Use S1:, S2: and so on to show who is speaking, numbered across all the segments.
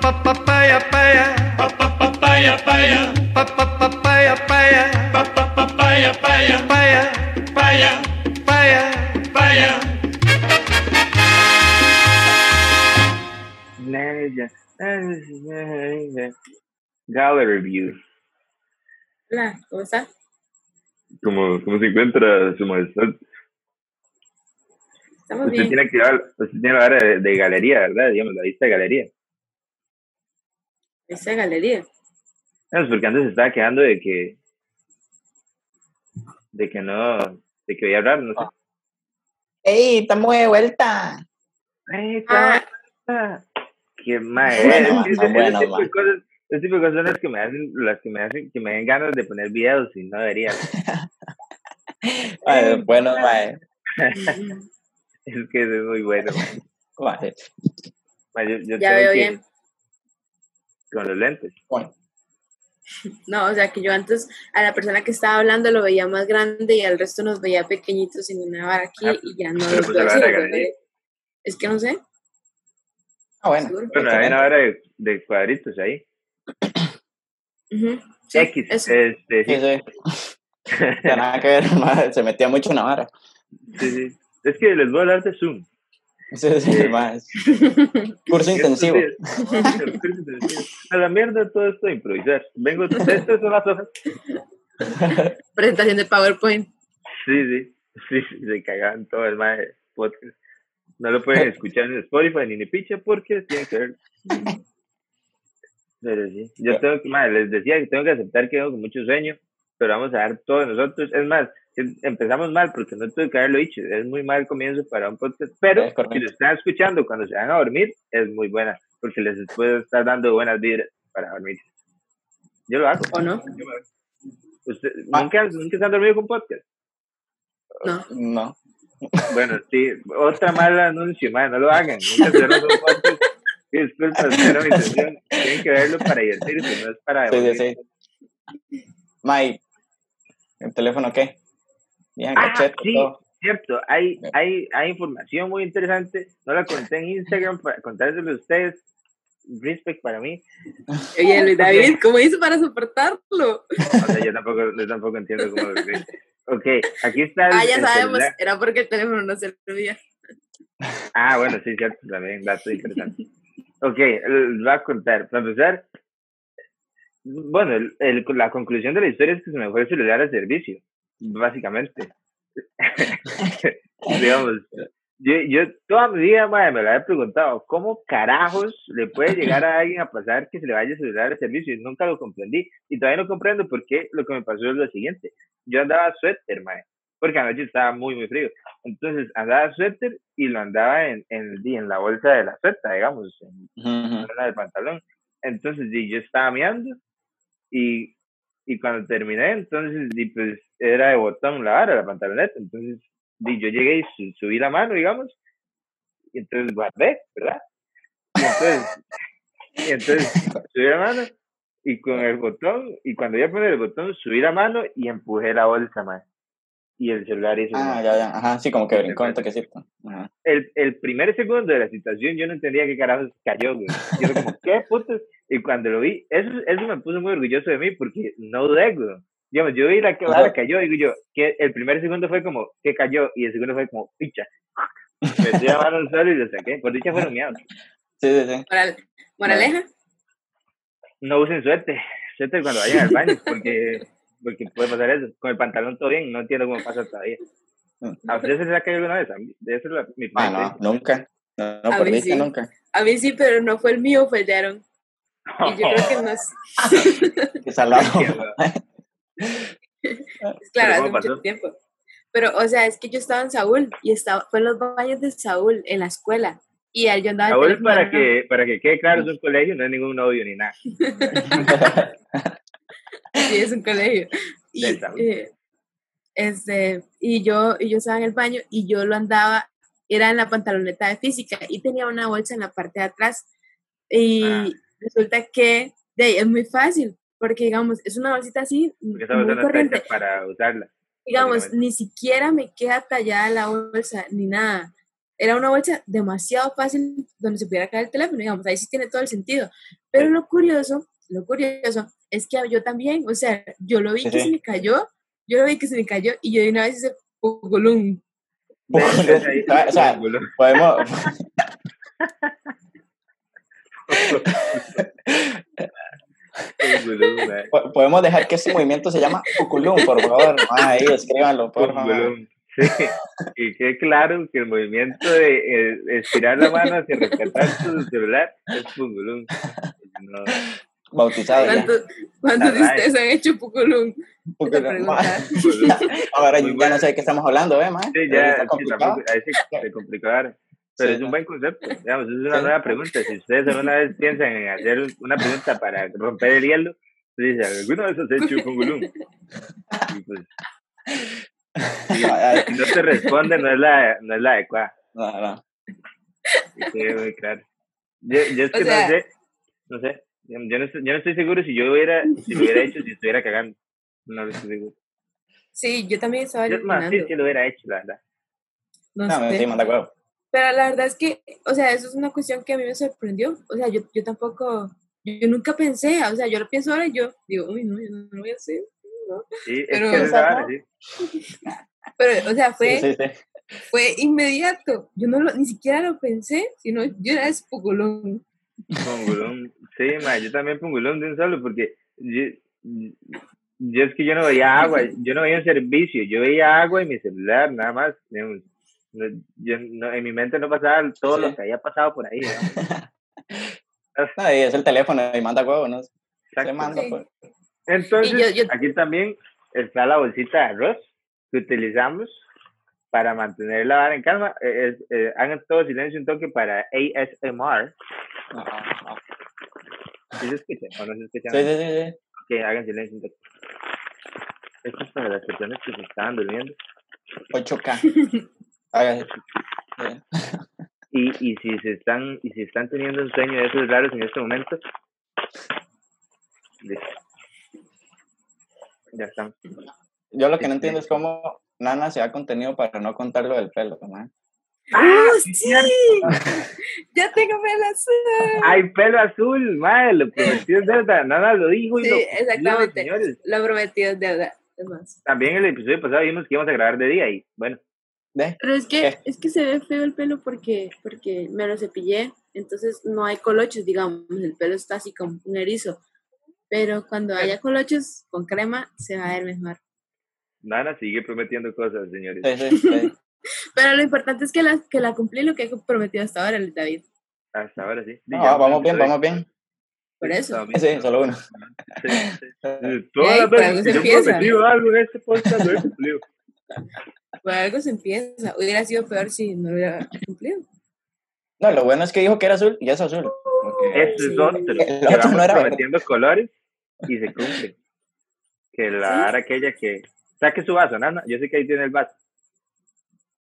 S1: papaya paya,
S2: papaya paya,
S1: papaya paya,
S2: papaya paya,
S1: paya,
S2: paya,
S1: paya.
S2: paya.
S3: Gallery View.
S4: Hola, ¿cómo estás?
S3: ¿Cómo, cómo se encuentra su majestad?
S4: Estamos
S3: Usted
S4: bien.
S3: tiene, activada- usted tiene la área de, de galería, ¿verdad? Digamos, la vista de galería.
S4: Esa galería.
S3: No, es porque antes se estaba quejando de que. de que no. de que voy a hablar, no sé.
S5: ¡Ey, estamos de vuelta!
S3: ¡Ay,
S4: Ah.
S3: caramba! ¡Qué mal!
S5: Bueno,
S3: es,
S5: bueno,
S3: es- es- ese tipo
S5: bueno,
S3: de
S5: bueno.
S3: cosas- ese tipo de cosas son las que me hacen, las que me hacen, que me den ganas de poner videos y no debería.
S5: Ay, Ah, bueno, mae,
S3: es que eso es muy bueno. man.
S5: mae,
S3: Man, yo, yo
S4: Ya
S3: tengo
S4: veo
S3: que-
S4: bien.
S3: Con los lentes.
S5: bueno.
S4: No, o sea que yo antes a la persona que estaba hablando lo veía más grande y al resto nos veía pequeñitos en una vara aquí
S3: Ah,
S4: y ya no
S3: pero
S4: nos
S3: pues
S4: veo
S3: la
S4: así.
S3: vara
S4: los veo
S3: grande.
S4: de- Es que no sé.
S5: Ah, bueno.
S4: Seguro.
S3: Bueno, hay una hora de, de cuadritos ahí.
S4: Ujú.
S3: X.
S4: eso.
S3: Este, sí,
S5: Sí, sí. Ya nada que ver, mae, se metía mucho en la vara.
S3: sí, sí. Es que les voy a hablar de Zoom.
S5: Sí, sí, mae. Curso intensivo.
S3: Estos días- intensivo. A la mierda todo esto de improvisar. Vengo, estas son las hojas.
S4: Presentación de PowerPoint.
S3: Sí, sí, sí, sí, se cagaban todo el mae podcast. No lo pueden escuchar en Spotify ni en Picha porque tienen que ver. Pero sí, yo tengo que, mae, les decía que tengo que aceptar que tengo con mucho sueño, pero vamos a dar todo de nosotros. Es más, em- empezamos mal porque no tuve que haberlo dicho. Es muy mal comienzo para un podcast, pero
S5: Es correcto.
S3: si lo están escuchando cuando se van a dormir, es muy buena porque les puedo estar dando buenas vibras para dormir. Yo lo hago.
S4: ¿O no?
S3: Usted,
S5: Ah.
S3: ¿nunca, ¿Nunca se han dormido con podcast?
S4: No.
S5: No.
S3: Bueno, sí, otra mala anuncio, man, no lo hagan. Nunca se los podcast. Disculpa, no era mi intención. Tienen que verlo para divertirse, no es para.
S5: Sí, sí,
S3: demolir.
S5: sí. Mae, ¿el teléfono qué? Bien,
S3: Ah,
S5: cachete,
S3: sí.
S5: todo.
S3: Cierto, hay, hay, hay información muy interesante. No la conté en Instagram para contárselo a ustedes. Respect para mí.
S4: Oye, Luis David,
S3: Ok.
S4: ¿cómo hizo para soportarlo?
S3: O sea, yo tampoco, yo tampoco entiendo cómo. lo escribí. Ok, aquí está. el-
S4: Ah, ya
S3: el
S4: sabemos,
S3: celular.
S4: era porque el teléfono no servía.
S3: Ah, bueno, sí, cierto, también, dato interesante. Ok, les voy a contar. Para empezar, bueno, el- el- la conclusión de la historia es que se me fue el celular al servicio, básicamente. Digamos, yo, yo toda mi vida madre, me la he preguntado, ¿cómo carajos le puede llegar a alguien a pasar que se le vaya el celular al servicio? Y nunca lo comprendí. Y todavía no comprendo por qué lo que me pasó es lo siguiente. Yo andaba suéter, madre, porque anoche estaba muy, muy frío. Entonces andaba suéter y lo andaba en, en, di, en la bolsa de la sueta, digamos, en
S5: Ujú,
S3: la del pantalón. Entonces di, yo estaba meando y, y cuando terminé, entonces di, pues, era de botón la vara, la pantaloneta. Entonces di, yo llegué y su- subí la mano, digamos, y entonces guardé, ¿verdad? Y entonces, y entonces subí la mano y con el botón, y cuando ya poner el botón, subí la mano y empujé la bolsa más. Y el celular hizo...
S5: Ah, ya, ya. Ajá, sí, como que brincó un toquecito. Ajá.
S3: el, el primer segundo de la situación yo no entendía qué carajos cayó, güey. Yo era como, ¿qué putas? Y cuando lo vi, eso, eso me puso muy orgulloso de mí porque no dudé, güey. Digamos, yo vi la que la cayó y digo yo, que el primer segundo fue como, ¿qué cayó? Y el segundo fue como, picha. Metí la mano al suelo y lo saqué. Por dicha fueron miados.
S5: Sí, sí, sí.
S4: Moral- moraleja,
S3: No usen suerte. Suerte cuando vayan al baño porque, porque puede pasar eso. Con el pantalón todo bien, no entiendo cómo pasa todavía. ¿A ustedes se les ha caído alguna vez? A mí- De eso es la, mi
S5: Ah,
S3: parte.
S5: no, nunca. No, no
S4: A
S5: por
S4: mí
S5: dicha,
S4: sí.
S5: nunca.
S4: a mí sí, pero no fue el mío, fue el de Aaron. Y yo creo que no es.
S5: Que salado.
S4: Es Pues claro,
S3: ¿Pero
S4: hace
S3: cómo
S4: mucho
S3: pasó?
S4: tiempo. Pero, o sea, es que yo estaba en Saúl y estaba, fue en los baños de Saúl, en la escuela. Y ahí yo andaba en
S3: Saúl,
S4: teléfono en
S3: para
S4: la
S3: que, para que quede claro, es un colegio, no es ningún novio ni nada.
S4: mano, Sí, es un colegio. Y,
S3: De Saúl.
S4: eh, este, y, yo, y yo estaba en el baño y yo lo andaba, era en la pantaloneta de física y tenía una bolsa en la parte de atrás. Y
S3: Ah.
S4: resulta que de ahí, es muy fácil, porque digamos, es una bolsita así,
S3: Porque esa persona
S4: muy
S3: está
S4: corriente.
S3: hecha para usarla.
S4: digamos,
S3: básicamente.
S4: ni siquiera me queda tallada la bolsa ni nada. era una bolsa demasiado fácil donde se pudiera caer el teléfono, digamos, ahí sí tiene todo el sentido. Pero lo curioso, lo curioso es que yo también, o sea, yo lo vi
S5: Sí,
S4: que
S5: sí.
S4: se me cayó, yo lo vi que se me cayó y yo de una vez hice pugulum.
S3: Entonces, ahí-
S5: O sea, Podemos.
S3: Pungulum, mae.
S5: po- Podemos dejar que ese movimiento se llama Puculum, por favor. Ah, ahí, escríbanlo, por favor.
S3: Pungulum. Sí, y que claro que el movimiento de eh, estirar la mano hacia rescatar su celular es pungulum. No,
S5: Bautizado Ah, ya.
S4: ¿Cuántos, cuántos de
S3: Alright.
S4: ustedes han hecho pugulum? Esa
S5: Puculum.
S4: pregunta.
S3: pungulum.
S5: Ahora
S3: Muy
S5: yo ya
S3: buena.
S5: no sé de qué estamos hablando, ¿eh, más?
S3: Sí, ya, sí,
S5: Está complicado.
S3: tampoco- ahí sí se complicó ahora. Pero
S5: Sí,
S3: es
S5: ¿no?
S3: un buen concepto. Digamos, es una
S5: Sí.
S3: nueva pregunta. Si ustedes alguna vez piensan en hacer un- una pregunta para romper el hielo, ustedes dicen, ¿alguna vez has hecho un pungulum? Y pues,
S5: Ah,
S3: si no te responde, no es la, no es la adecuada.
S5: No, no.
S3: Sí, muy claro. Yo, yo es
S4: O
S3: que
S4: sea-
S3: no sé, no sé. Yo no, estoy- yo no estoy seguro si yo hubiera, si lo hubiera hecho, si estuviera cagando. No lo estoy seguro.
S4: Sí, yo también estaba
S3: Yo es más, sí,
S4: alucinando,
S3: que lo hubiera hecho, la verdad.
S4: no
S5: No,
S4: sé.
S5: sí, manda huevo.
S4: Pero la verdad es que, o sea, eso es una cuestión que a mí me sorprendió. O sea, yo, yo tampoco, yo, yo nunca pensé, o sea, yo lo pienso ahora y yo digo, uy, no, yo no lo voy a hacer.
S3: Sí, es
S4: Pero-
S3: que es la vara, sí.
S4: Pero, o sea, fue,
S5: Sí, sí, sí.
S4: fue inmediato. Yo no lo, ni siquiera lo pensé, sino yo era espuculón.
S3: Pungulón, sí, ma, yo también pungulón de un solo, porque yo, yo es que yo no veía agua, yo no veía un servicio, yo veía agua y mi celular, nada más. digamos. No, yo no- en mi mente no pasaba todo
S5: Sí.
S3: lo que había pasado por ahí. digamos.
S5: No, y es el teléfono y manda huevo, ¿no? Se
S3: Exacto.
S5: manda,
S4: Sí.
S5: pues.
S3: Entonces,
S4: Y yo- yo-
S3: aquí también está la bolsita de arroz que utilizamos para mantener la vara en calma. Eh, es- eh, hagan todo silencio un toque para ASMR.
S5: Ajá, ajá.
S3: ¿Sí se escucha o no se escucha?
S5: Sí, sí, sí, sí.
S3: que hagan silencio. un toque. Esto es para las personas que se estaban durmiendo.
S5: 8K. Haga así.
S3: Y, y si se están, y si están teniendo un sueño de esos raros en este momento. listo. Ya están.
S5: Yo lo que
S3: Sí,
S5: no entiendo
S3: sí.
S5: es cómo Nana se ha contenido para no contar lo del pelo, ¿no?
S4: ¡Ah, sí! ¡Ya tengo pelo azul!
S3: ¡Ay, pelo azul! Madre, lo prometido es deuda. Nada lo dijo y
S4: Sí,
S3: lo
S4: exactamente.
S3: cumplió, señores.
S4: Lo prometido es deuda, además.
S3: También el episodio pasado vimos que íbamos a grabar de día y bueno,
S5: ¿Ve?
S4: Pero es que,
S5: ¿Qué?
S4: es que se ve feo el pelo porque, porque me lo cepillé, entonces no hay colochos, digamos, el pelo está así como un erizo. Pero cuando haya colochos con crema, se va a ver mejor.
S3: Nana sigue prometiendo cosas, señores.
S5: Sí, sí, sí.
S4: Pero lo importante es que la, que la cumplí lo que he prometido hasta ahora, David.
S3: Hasta ahora sí.
S5: No,
S3: Ya,
S5: Ah, vamos bien,
S3: episodio.
S5: vamos bien.
S4: Por eso.
S5: Sí, sí, solo uno.
S3: Sí, sí.
S4: Ey,
S3: Eh, Todas las
S4: por
S3: veces que
S4: algo se
S3: yo he
S4: empieza.
S3: prometido algo en este podcast, lo he cumplido.
S4: Por algo se empieza. Hubiera sido peor si no lo hubiera cumplido.
S5: No, lo bueno es que dijo que era azul y es azul.
S3: Eso
S4: Sí.
S3: Este es otro.
S4: El
S5: otro
S3: Llevamos
S5: no era verde.
S3: prometiendo colores y se cumple. Que la
S4: Sí.
S3: vara aquella que. Saque su vaso, Nana. Yo sé que ahí tiene el vaso.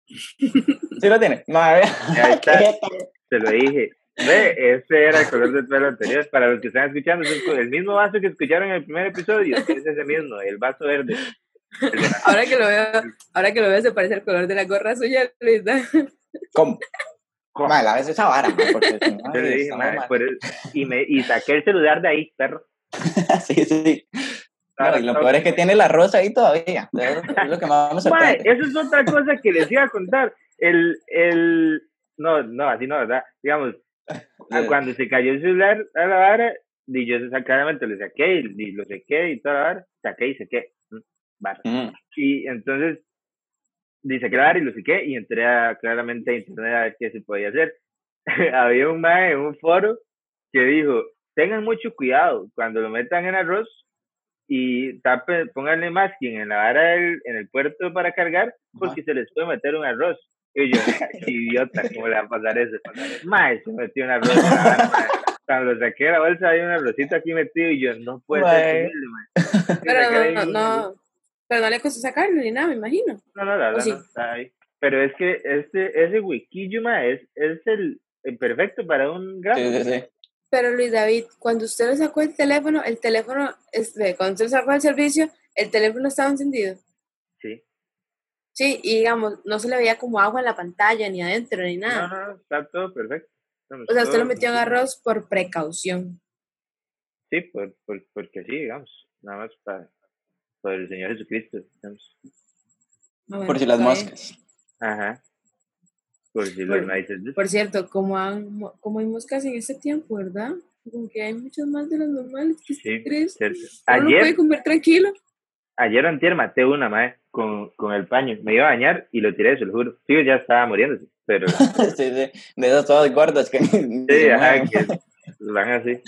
S5: ¿Sí lo tiene? Madre
S3: Ya
S5: Ah, ¿Qué
S3: está. Se lo dije. Ve, ese era el color del pelo anterior. Para los que están escuchando, es el co- el mismo vaso que escucharon en el primer episodio. Es ese mismo, el vaso verde.
S5: Ah,
S4: Ahora que lo veo, ahora que lo veo se parece al color de la gorra suya, Luisa.
S5: ¿Cómo?
S3: ¿Cómo?
S5: Madre, la vez esa vara, madre, porque si no,
S3: Yo le dije, pues,
S5: estamos
S3: "Mae,
S5: mal".
S3: por el- y, me, y saqué el celular de ahí, perro.
S5: Sí, sí. No,
S3: Ahora
S5: y lo
S3: todo-
S5: peor es que tiene la rosa ahí todavía. Es lo que más me
S3: Mae,
S5: sorprende.
S3: eso es otra cosa que les iba a contar. El, el, no, no, así no, ¿verdad? Digamos, Ah,
S5: Eh.
S3: cuando se cayó el celular a la vara, y yo sa- claramente lo saqué y, y lo sequé y toda la vara, saqué y sequé. ¿m? Vara.
S5: Mm,
S3: Y entonces, dice que la vara y lo sequé y entré a- claramente a internet a ver qué se podía hacer. Había un mae en un foro que dijo, tengan mucho cuidado cuando lo metan en arroz y tapen, pónganle masking en la vara del- en el puerto para cargar porque se les puede meter un arroz. Y yo, "Qué idiota, ¿cómo le va a pasar eso? Mae, se metió un arroz. en la vara, mae. Cuando lo saqué de la bolsa había un arrocito aquí metido y yo, no puede ser.
S5: Mae.
S3: posible, mae".
S4: Pero no,
S3: Saqué
S4: no, pero no le costó sacarlo ni nada, me imagino.
S3: no, no, la verdad
S4: sí?
S3: no está ahí. Pero es que este, ese wikillo, ma, es, es el, el perfecto para un
S5: Sí,
S3: gráfico.
S5: sí, sí.
S4: Pero Luis David, cuando usted le sacó el teléfono, el teléfono, este, cuando usted sacó el servicio, el teléfono estaba encendido.
S3: Sí.
S4: Sí, y digamos, no se le veía como agua en la pantalla, ni adentro, ni
S3: No,
S4: nada.
S3: no, no, está todo perfecto. Estamos
S4: Ah. O sea, usted lo
S3: todos-
S4: metió en arroz por precaución.
S3: Sí, por, por, porque sí, digamos. Nada más para, por el Señor Jesucristo. Digamos.
S4: Ah, bueno,
S5: Por si las
S4: está bien.
S5: moscas.
S3: Ajá. Por si
S4: Por-
S3: los maíces. de-
S4: Por cierto, como, han, mo- como hay moscas en este tiempo, ¿verdad? Como que hay muchas más de las normales. ¿Qué
S3: Sí,
S4: crees?
S3: cierto.
S4: Uno no puede
S3: Ayer,
S4: comer tranquilo.
S3: ayer antier maté una, mae, con, con el paño. Me iba a bañar y lo tiré, se lo juro. Sí, ya estaba muriéndose, pero...
S5: Sí, sí, de esas todas gordas que.
S3: Sí, ajá, que van así.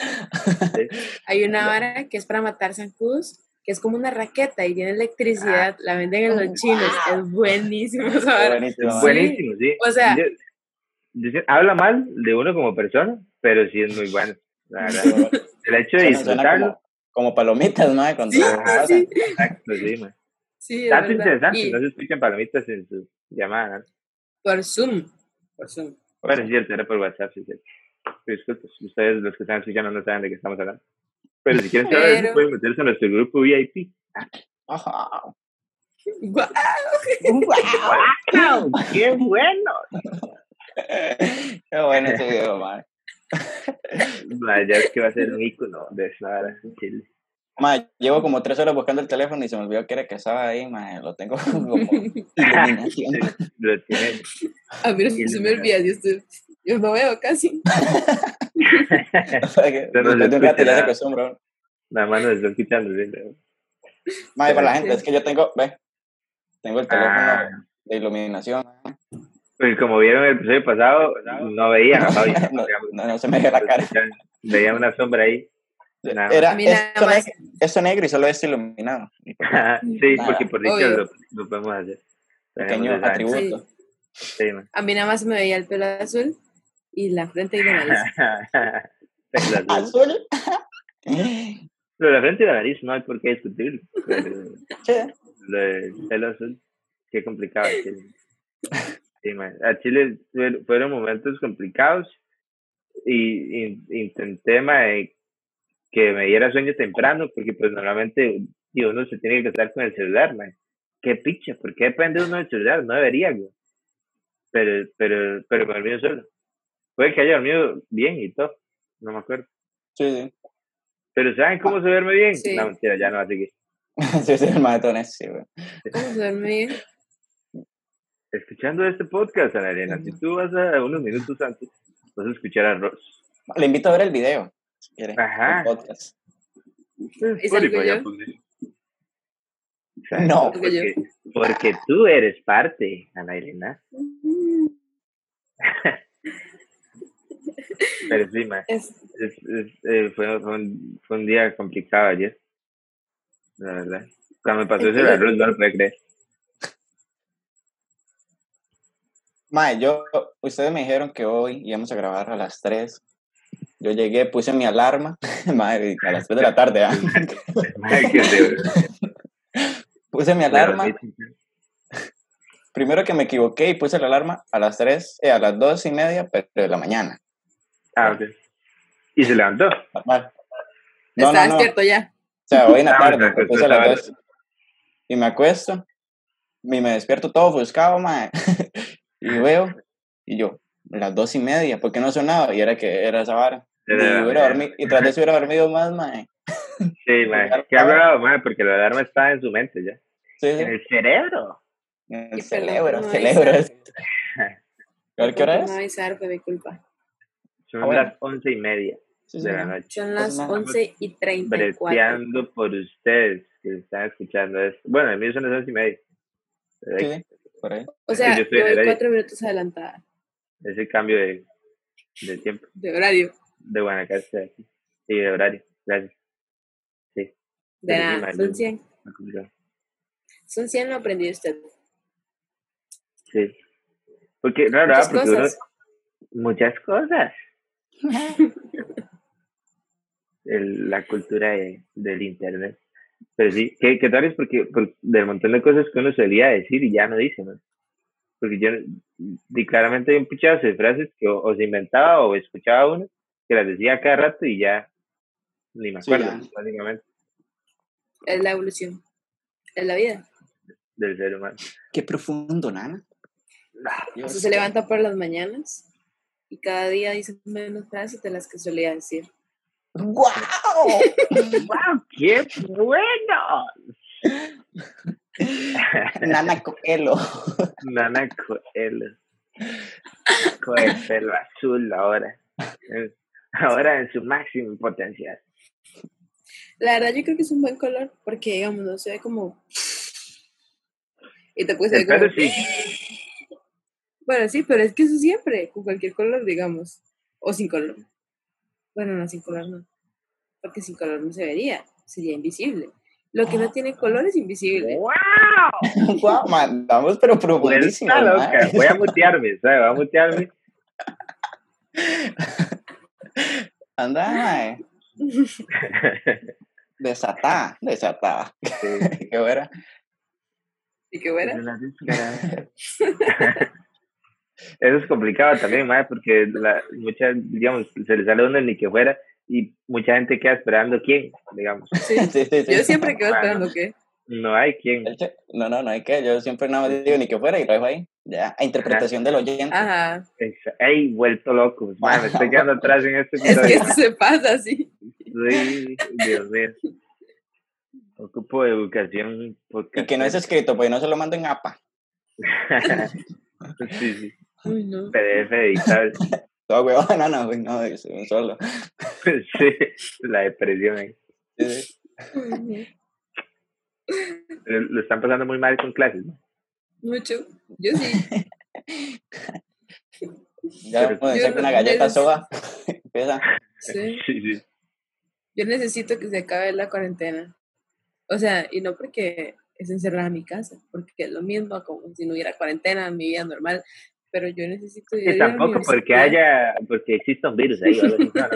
S4: Hay una vara que es para matar zancudos, que es como una raqueta y tiene electricidad.
S3: Ah.
S4: La venden en
S3: Oh,
S4: los chinos. Es buenísima esa vara.
S5: Buenísimo.
S4: Sí.
S3: Buenísimo, sí.
S4: O sea-
S3: Yo- yo- habla mal de uno como persona, pero sí es muy bueno. La verdad. El hecho de
S5: Suena- suena
S3: disfrutarlo,
S5: como, como palomitas, ¿no? Con
S4: Sí,
S5: todo.
S4: sí, sí.
S3: exacto, sí, man.
S4: Sí, es
S3: Dato
S4: verdad.
S3: interesante,
S4: Y
S3: no se escuchan palomitas en su llamada. ¿no?
S4: por Zoom. Por Zoom.
S3: Bueno, sí, cierto, era por WhatsApp, sí, cierto. Disculpen, ustedes los que están escuchando no saben de qué estamos hablando. Pero si quieren saber,
S4: Pero-
S3: pueden meterse en nuestro grupo VIP.
S5: Ajá.
S4: Guau.
S3: ¡Wow! ¡Qué bueno!
S5: Qué bueno ese video, madre.
S3: Ma, ya es que va a ser un ícono de esa hora en Chile.
S5: Madre, llevo como tres horas buscando el teléfono y se me olvidó que era que estaba ahí, madre. Lo tengo como iluminación.
S3: Lo tienen.
S4: A mí se me olvida. Yo, estoy- yo no veo casi.
S5: O sea que
S3: Pero no
S5: Después de un
S3: escucha
S5: rato ya se
S3: nada.
S5: acostumbra.
S3: Nada más nos está escuchando. ¿sí?
S5: Madre, para la gente,
S4: Sí.
S5: es que yo tengo, ve, tengo el teléfono
S3: Ah,
S5: de iluminación.
S3: pues como vieron el episodio pasado, no veían a Fabio.
S5: No,
S3: digamos.
S5: no, no se me ve la cara.
S3: Veían pues, una sombra ahí. Nada.
S5: Era
S4: A mí nada
S5: esto,
S4: más.
S5: negro, esto negro y solo esto iluminado. Mi
S3: sí,
S5: Nada.
S3: porque por dicho
S4: Obvio.
S3: lo, lo podemos hacer.
S5: Pequeño
S3: Tenemos esa-
S5: atributo.
S3: sí, ma.
S4: A mí nada más se me veía el pelo azul y la frente y la nariz.
S3: Pero la-
S5: Azul.
S3: Pero la frente y la nariz no hay por qué discutirlo. Pero
S5: Che,
S3: lo del pelo azul, qué complicado. Chile. Sí, ma. A Chile fuer- fueron momentos complicados y, y intenté ma, eh, que me diera sueño temprano porque pues normalmente y uno se tiene que estar con el celular. ma. Qué picha, ¿por qué depende uno del celular? No debería. güey. Pero, pero, pero me dormí solo. Puede que haya dormido bien y todo, no me acuerdo.
S5: Sí, sí.
S3: Pero ¿saben cómo se duerme bien?
S4: Sí.
S3: No, mentira, ya no, así que
S5: Sí, sí, el maratón es, sí, güey.
S4: ¿Cómo se duerme bien?
S3: escuchando este podcast, Ana Elena, si tú vas a unos minutos antes, vas a escuchar a Ross.
S5: Le invito a ver el video, si quiere.
S3: Ajá.
S5: el podcast.
S4: ¿Y salgo
S3: Spotify, ya
S4: yo?
S3: pondré.
S5: No.
S4: Salgo yo.
S3: Porque, porque tú eres parte, Ana Elena. Pero sí, ma,
S4: Es-
S3: es, es, eh, fue, fue un, fue un día complicado ayer. La verdad. Cuando me pasó ese de Ross, no lo pude creer.
S5: Mae, yo, ustedes me dijeron que hoy íbamos a grabar a las 3. Yo llegué, puse mi alarma, mae, a las 3 de la tarde, ¿ah?
S3: Ma, que se-
S5: Puse mi alarma, primero que me equivoqué y puse la alarma a las 3, eh, a las 2 y media, pero de la mañana.
S3: Ah, ok. Y se levantó.
S5: Normal. No,
S4: Estaba
S5: no, no, o
S4: despierto ya.
S5: sea, hoy en la
S3: Ah,
S5: tarde,
S3: perfecto,
S5: puse a las
S3: estaba-
S5: 2 y me acuesto, y me despierto todo ofuscado, mae, y veo, y yo, las 2 y media, ¿por qué no sonaba? Y era que era esa vara. Y,
S3: Era-
S5: hubiera dormi- y tras de eso hubiera dormido más, mae.
S3: Sí, ma. Qué hablado, ma, porque la alarma está en su mente ya.
S5: Sí, sí.
S3: En el cerebro.
S5: El
S4: Y
S5: celebro,
S4: perdón por no
S5: celebro.
S4: avisar.
S5: Eh, A ver, ¿qué hora es?
S4: No avisar, fue mi culpa.
S3: Son
S5: Ah, bueno.
S3: las once y media
S5: Sí, sí.
S3: de la noche.
S4: Son las
S5: Pues nada.
S4: 11 y 34.
S3: Breteando por ustedes que están escuchando esto. Bueno, el mío son las once y media. Pero
S5: Sí, por ahí.
S4: O
S3: Es que
S4: sea,
S3: yo
S4: yo
S3: estoy en el
S4: voy
S3: aire.
S4: cuatro minutos adelantada
S3: Ese cambio de, de tiempo,
S4: de horario.
S3: de Guanacaste aquí. Y de horario. Gracias.
S4: De
S3: Sí,
S4: nada,
S3: imagino.
S4: son 100.
S3: No complicado.
S4: Son 100, lo aprendió usted.
S3: Sí. Porque, raro, ¿ah?
S4: Muchas
S3: porque uno-
S4: cosas.
S3: muchas cosas. El- la cultura de- del internet. Pero sí, ¿qué, qué tal es? Porque por- del montón de cosas que uno solía decir y ya no dice, ¿no? Porque yo, y claramente hay un pichazo de frases que o, o se inventaba o escuchaba uno, que las decía cada rato y ya ni me
S5: Sí,
S3: acuerdo,
S5: ya.
S3: básicamente.
S4: Es la evolución. Es la vida.
S3: del ser humano.
S5: Qué profundo, nana. Dios.
S4: Usted se levanta por las mañanas y cada día dice menos frases de las que solía decir.
S5: ¡Guau!
S3: ¡Wow! ¡Qué bueno!
S5: Nana Coelho.
S3: Nana Coelho. Coelho pelo azul ahora. Ahora en su máximo potencial.
S4: La verdad, yo creo que es un buen color porque, digamos, no se ve como. Y te puedes
S3: El
S4: ver
S3: pelo
S4: como.
S3: sí.
S4: Bueno, sí, pero es que eso siempre, con cualquier color, digamos. O sin color. Bueno, no, sin color no. Porque sin color no se vería, sería invisible. Lo que no tiene color es invisible.
S3: ¡Wow!
S5: ¡Guau! Mandamos, pero profundísimo.
S3: Pues Está
S5: ma.
S3: loca. Voy a mutearme, ¿sabes? Voy a mutearme.
S5: Anda, mae. Desatá, desatá.
S3: Sí.
S5: Qué buena.
S4: Y que bueno,
S3: Una descarada. Eso es complicado también, madre, porque la, muchas, digamos, se le sale uno ni que fuera y mucha gente queda esperando quién, digamos.
S4: sí.
S5: Sí, sí, sí.
S4: Yo siempre quedo
S3: Bueno.
S4: esperando que.
S3: No hay quién.
S5: De hecho, No, no, no hay que. Yo siempre nada más digo ni que fuera y lo dejo ahí. Ya, a interpretación del oyente.
S4: Ajá.
S3: Exa- ¡Ey, vuelto loco! madre, me estoy quedando atrás en este
S4: Es que
S3: episodio.
S4: esto se pasa así.
S3: Sí, Dios mío. Ocupo de educación podcast.
S5: Y que no es escrito, pues no se lo mando en APA.
S3: sí, sí.
S4: Uy, no.
S3: PDF editable.
S5: Todo huevón, no, no, güey, no, es un solo.
S3: sí, la depresión ahí.
S5: Sí, sí.
S4: Uy, no.
S3: Pero Lo están pasando muy mal con clases, ¿no?
S4: Mucho. Yo sí.
S5: Ya
S3: Pero-
S5: bueno,
S4: Yo
S5: saca
S4: no-
S5: una galleta
S4: yo-
S5: soba. Empieza.
S4: sí.
S3: Sí, sí.
S4: Yo necesito que se acabe la cuarentena. O sea, y no porque es encerrada en mi casa, porque es lo mismo como si no hubiera cuarentena en mi vida normal, pero yo necesito ir a
S3: Y
S4: la
S3: tampoco porque
S4: universidad,
S3: haya, porque exista un virus ahí. o algo así. No,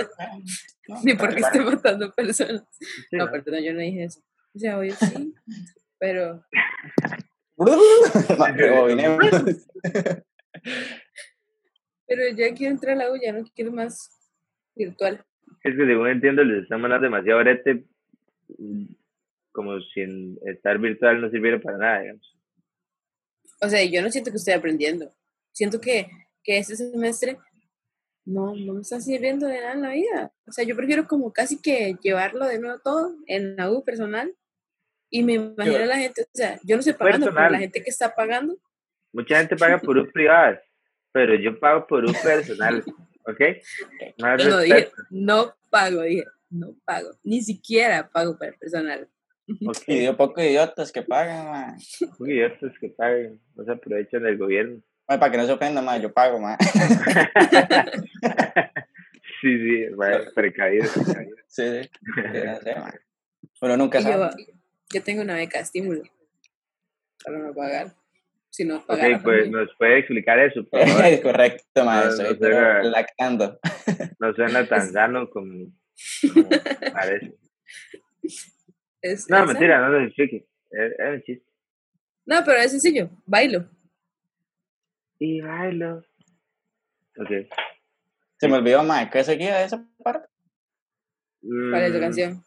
S3: no,
S4: Ni porque esté matando personas.
S3: sí,
S4: No, pues.
S3: no.
S4: perdón, yo no dije eso. O sea, hoy sí, pero
S5: Rebobinemos.
S4: pero ya quiero entrar a la U, ya no quiero más virtual.
S3: Es que según entiendo les están mandando demasiado brete, mm, como si en estar virtual no sirviera para nada, digamos.
S4: O sea, yo no siento que estoy aprendiendo. Siento que, que este semestre no, no me está sirviendo de nada en la vida. O sea, yo prefiero como casi que llevarlo de nuevo todo en la U personal. Y me imagino a la gente, o sea, yo no sé pagando, pero
S3: Personal.
S4: la gente que está pagando,
S3: Mucha gente paga por un privado, pero yo pago por un personal, ¿ok? Más
S4: yo no dije,
S3: respeto,
S4: no pago, dije, no pago. Ni siquiera pago para el personal.
S3: ok.
S5: Y dio poco idiotas que pagan, ma.
S3: Muy idiotas que paguen, no se aprovechan del gobierno.
S5: Ma, Para que no se ofenda, ma, yo pago, ma.
S3: Sí, sí, madre, precavido, precavido.
S5: Sí, sí. Sí, no sé, ma. Uno nunca
S4: Y yo,
S5: sabe.
S4: yo tengo una beca de estímulo para no pagar. Si no
S3: Ok,
S4: pagara
S3: pues
S4: también.
S3: nos puede explicar eso, por favor.
S5: Es correcto, ma.
S3: No,
S5: Estoy
S3: no sé,
S5: pero
S3: ma.
S5: lactando.
S3: No suena tan sano como, como parece.
S4: Es-
S3: No,
S4: es-
S3: mentira, no lo explique. Es, es un chiste.
S4: No, pero es sencillo, bailo.
S3: Y bailo. Ok.
S5: Se me olvidó, ma. ¿Qué seguía de esa parte?
S4: ¿Cuál es tu
S3: Mm,
S4: canción?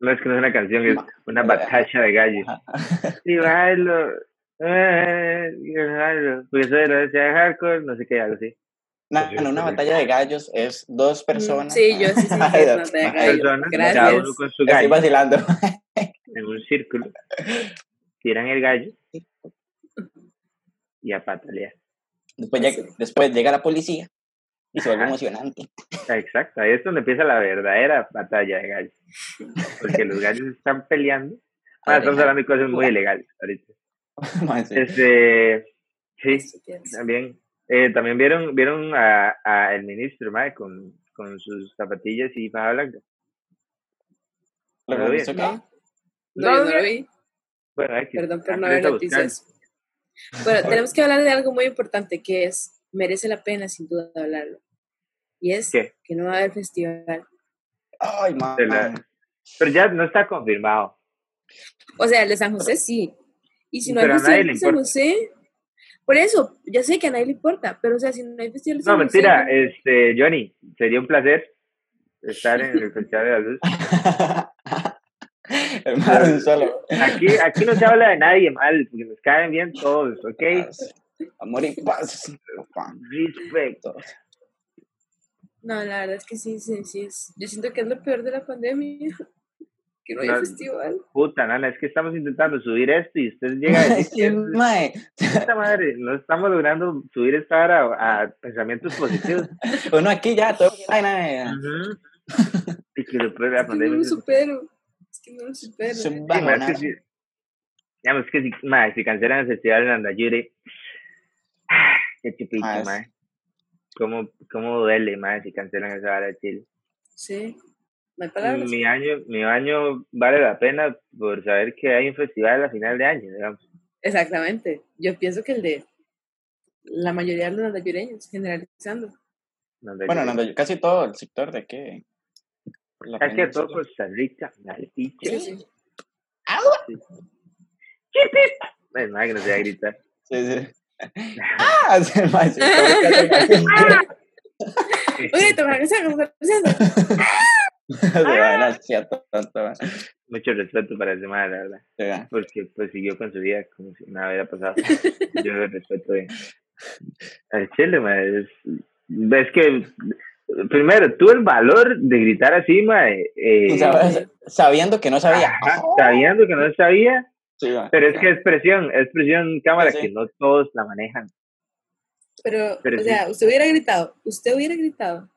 S3: No es que no es una canción, es
S5: Ma-
S3: una batalla de gallos. Y bailo. eh, y bailo. Porque soy de la de hardcore, no sé qué, algo así.
S5: No, no, una batalla de gallos es dos personas.
S4: Mm, Sí,
S5: ma.
S4: yo sí, sí, sí,
S5: Ay,
S4: es
S5: Dios,
S4: una batalla de
S5: ma.
S4: gallos.
S3: Personas,
S4: gracias.
S3: cada uno con su
S5: Estoy
S3: gallo,
S5: vacilando.
S3: en un círculo. Tiran el gallo y a patalear.
S5: Después, llega- después llega la policía y se vuelve
S3: Ajá.
S5: emocionante.
S3: Ah, Exacto, ahí es donde empieza la verdadera batalla de gallos. Porque los gallos están peleando. Ah, estamos hablando de cosas muy ilegales ahorita.
S5: Ma, sí.
S3: Este, sí,
S4: Eso pienso.
S3: También, eh, también vieron, vieron a, a el ministro, mae, con, con sus zapatillas y faja blanca.
S5: Lo
S3: ¿Lo vi?
S5: hizo acá.
S4: No, no, yo no lo vi.
S3: Bueno, hay que-
S4: Perdón por
S3: ah,
S4: no
S3: pero
S4: ver
S3: está buscando.
S4: noticias. Bueno, tenemos que hablar de algo muy importante que es, merece la pena sin duda hablarlo. Y es
S3: ¿Qué?
S4: que no va a haber festival.
S5: Ay, ma.
S3: De la- Pero ya no está confirmado.
S4: O sea, el de San José sí. Y si no
S3: Pero a
S4: hay festival
S3: nadie le
S4: de San
S3: importa.
S4: José, por eso, ya sé que a nadie le importa, pero o sea, si no hay festival
S3: No,
S4: de San José.
S3: mentira, este, Johnny, sería un placer estar en el Festival de la Luz.
S5: El mae de un solo.
S3: Aquí, aquí no se habla de nadie mal, porque nos caen bien todos, ¿ok?
S5: Amor y paz. Pan,
S3: Respect.
S5: todos.
S4: No, la verdad es que sí, sí, sí. Es. Yo siento que es lo peor de la pandemia. Que no hay
S3: Claro.
S4: festival.
S3: Puta, nana, es que estamos intentando subir esto y usted llega a
S5: Mae,
S3: decir
S5: sí,
S3: que es-
S5: mae.
S3: Esta madre, no estamos logrando subir esta hora a, a pensamientos positivos.
S5: Uno aquí ya, todo. Ay, nada.
S3: Ujú. Y que después de
S4: Es
S3: la
S4: que no
S3: pandemia.
S4: lo
S3: sí,
S4: supero. Es que no lo supero. eh.
S5: Es un
S3: ma, es
S5: bajonada.
S3: que si, digamos que si, ma, si cancelan el festival en Andayure, ah, qué chupito,
S5: Ah, es-
S3: ma. ¿Cómo, ¿Cómo duele, ma, si cancelan esa hora de Chile?
S4: Sí. No hay palabras.
S3: Mi año, mi año vale la pena por saber que hay un festival a final de año, digamos.
S4: Exactamente. Yo pienso que el de la mayoría de los nandayureños, generalizando.
S5: Bueno, no, yo- casi todo el sector de aquí. La
S3: Es que
S5: península.
S3: todo pues. Costa Rica, maldita.
S4: Sí, sí.
S3: Es más que no se va a gritar.
S5: Sí, sí. ¡Ah! Sí, mae, sí, todo
S4: Oye, te van a hacer
S5: Se va demasiado tonto, mae. Sí,
S3: Mucho respeto para ese madre, la verdad.
S5: mae.
S3: porque pues siguió con su vida como si nada hubiera pasado. Yo le respeto de- al chile, madre. ves que primero tuve el valor de gritar así, madre, eh,
S5: Sabes- Sabiendo que no sabía.
S3: ajá, sabiendo que no sabía,
S5: Sí, mae.
S3: pero es que es presión, es presión cámara
S5: Sí.
S3: que no todos la manejan.
S4: Pero,
S3: Pero
S4: o
S3: sí.
S4: sea, usted hubiera gritado. Usted hubiera gritado.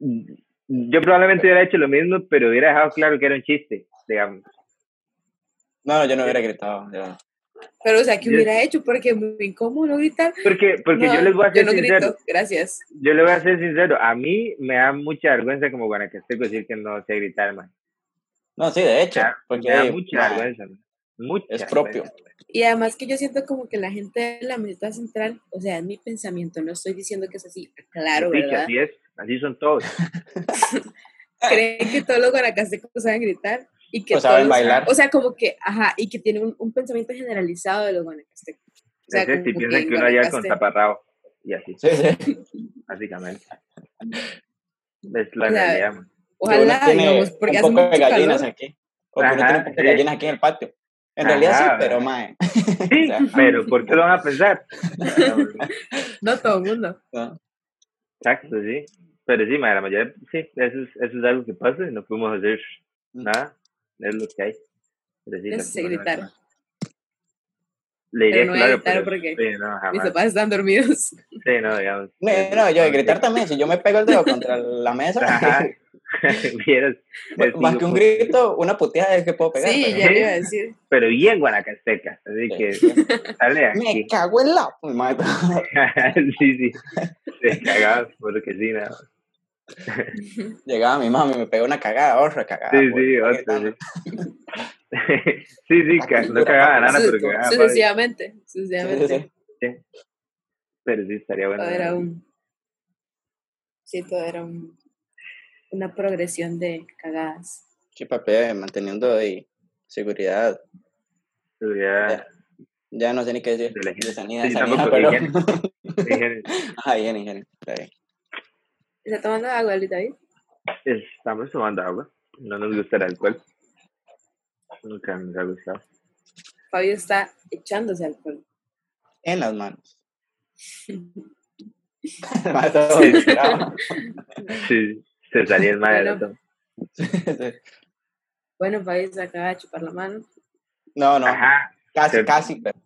S3: Yo probablemente hubiera hecho lo mismo, pero hubiera dejado claro que era un chiste, digamos.
S5: No, yo no hubiera gritado. yo-
S4: Pero, o sea, ¿qué
S3: Yo-
S4: hubiera hecho? Porque muy incómodo gritar.
S3: Porque, porque
S4: No,
S3: yo les voy a
S4: Yo
S3: ser
S4: no
S3: sincero.
S4: grito, gracias.
S3: Yo le voy a ser sincero, a mí me da mucha vergüenza como guanacasteco decir que no sé gritar, man.
S5: No, sí, de hecho.
S3: Me Pues da-
S5: Porque
S3: me da
S5: mae,
S3: mucha vergüenza, man. Mucha
S5: es propio.
S3: vergüenza.
S4: Y además que yo siento como que la gente de la meseta central, o sea, es mi pensamiento, no estoy diciendo que es así, claro,
S3: Sí, que
S4: ¿verdad?
S3: así es, así son todos.
S4: Creen que todos los guanacastecos saben gritar y que
S5: O saben
S4: todos-
S5: bailar.
S4: O sea, como que, ajá, y que tienen un, un pensamiento generalizado de los guanacastecos. O sea,
S3: Es este, y
S4: como
S3: piensan
S4: en
S3: que uno allá con
S4: Guanacaste-
S3: taparrabo y así,
S5: Sí, sí.
S3: básicamente. Es la
S4: O sea,
S3: realidad, man.
S4: Ojalá,
S5: Que uno tiene
S4: digamos, porque
S5: un
S4: hace
S5: poco
S4: mucho
S5: de gallinas
S4: calor.
S5: aquí. O que uno
S3: Ajá,
S5: tiene un poco de
S3: sí.
S5: gallinas aquí en el patio. En realidad sí,
S3: Ajá,
S5: pero
S3: mae.
S5: mae.
S3: Sí,
S5: O sea,
S3: pero ¿por qué lo van a pensar?
S4: No todo el mundo.
S5: no.
S3: Exacto, sí. Pero sí, man, la mayoría, sí, eso es, eso es algo que pasa y no podemos hacer
S5: Mm.
S3: nada. Es lo que hay. Pero sí,
S4: Yo sí sé gritar.
S3: lastimosamente, Le diría
S4: Pero no voy a
S3: claro,
S4: gritar
S3: pero
S4: porque
S3: sí, no, jamás.
S4: Mis papás están dormidos.
S3: Sí, no, digamos.
S5: No,
S3: eh,
S5: no, yo de
S3: no,
S5: gritar
S3: sí.
S5: también. Si yo me pego el dedo contra la mesa,
S3: Ajá. Vieras,
S5: más
S3: es
S5: más que un
S3: hijo-
S5: grito, una puteada es que puedo pegar.
S4: Sí,
S5: pero-
S4: ya le iba a decir.
S3: Pero bien guanacasteca, así que sale de
S5: Me
S3: aquí.
S5: cago en la. Mae,
S3: sí, sí. Te cagabas porque sí, nada. más.
S5: Llegaba mi mami, me pegó una cagada, otra cagada. pues,
S3: Sí,
S5: güey,
S3: sí,
S5: estaba
S3: otro,
S5: gritando.
S3: sí. sí, sí, ca- no cagaba
S5: Ah,
S3: nada,
S4: Su-
S3: pero cagaba. padre.
S4: sucesivamente,
S5: Sí,
S4: sucesivamente.
S5: sí, sí.
S3: Pero sí, estaría bueno.
S4: todo era un sí todo era un- una progresión de cagadas
S5: Sí, papi, eh, manteniendo ahí seguridad.
S3: Seguridad
S5: Ya no sé ni qué decir.
S3: de la
S5: De
S3: gente.
S5: sanidad,
S3: Sí,
S5: sanidad,
S3: tampoco,
S5: pero.
S3: higiene. Higiene.
S5: Ay, bien, bien, está bien.
S4: está tomando agua ahorita ¿eh? David
S3: Estamos tomando agua. No nos gusta el alcohol. Nunca nos ha gustado.
S4: Fabio está echándose alcohol
S5: En las manos. El mae todo desesperado.
S3: Sí, se salía el madre.
S4: Bueno. bueno Fabio se acaba de chupar la mano
S5: No, no.
S3: Ajá.
S5: Casi,
S3: Se-
S5: casi, pero.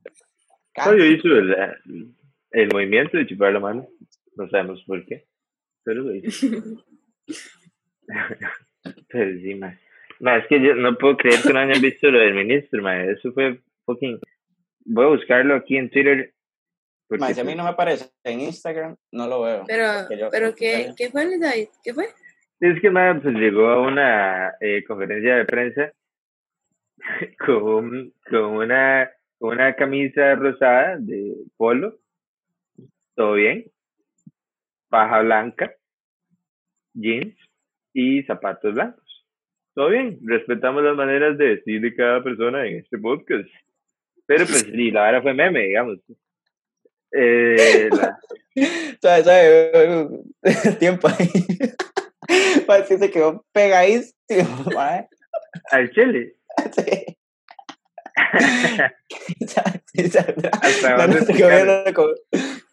S3: No, yo
S5: Casi.
S3: hice el, el movimiento de chupar la mano. No sabemos por qué. Pero lo hice. pero sí, ma. Ma, es que yo no puedo creer que no hayan visto lo del ministro, ma. Eso fue fucking. Voy a buscarlo aquí en Twitter. Porque
S5: Mae, si a mí no me aparece en Instagram, no lo veo.
S4: pero
S5: Que yo-
S4: pero qué
S5: Fabio.
S4: qué fue Luis David qué fue
S3: Es que ma, pues llegó a una eh, conferencia de prensa con, un- con una, con una camisa rosada de polo, todo bien, paja blanca, jeans y zapatos blancos. Todo bien, respetamos las maneras de vestir de cada persona en este podcast. Pero pues sí, la vara fue meme, digamos. Eh, la-
S5: ¿Sabes? uh, ¿Sabes? Tiempo ahí. Parece que se quedó pegadísimo, mae.
S3: al chile.
S5: Sí. Esa- esa-
S3: Hasta
S5: no, no,
S3: dónde
S5: sé qué
S3: explicar.
S5: verlo, como-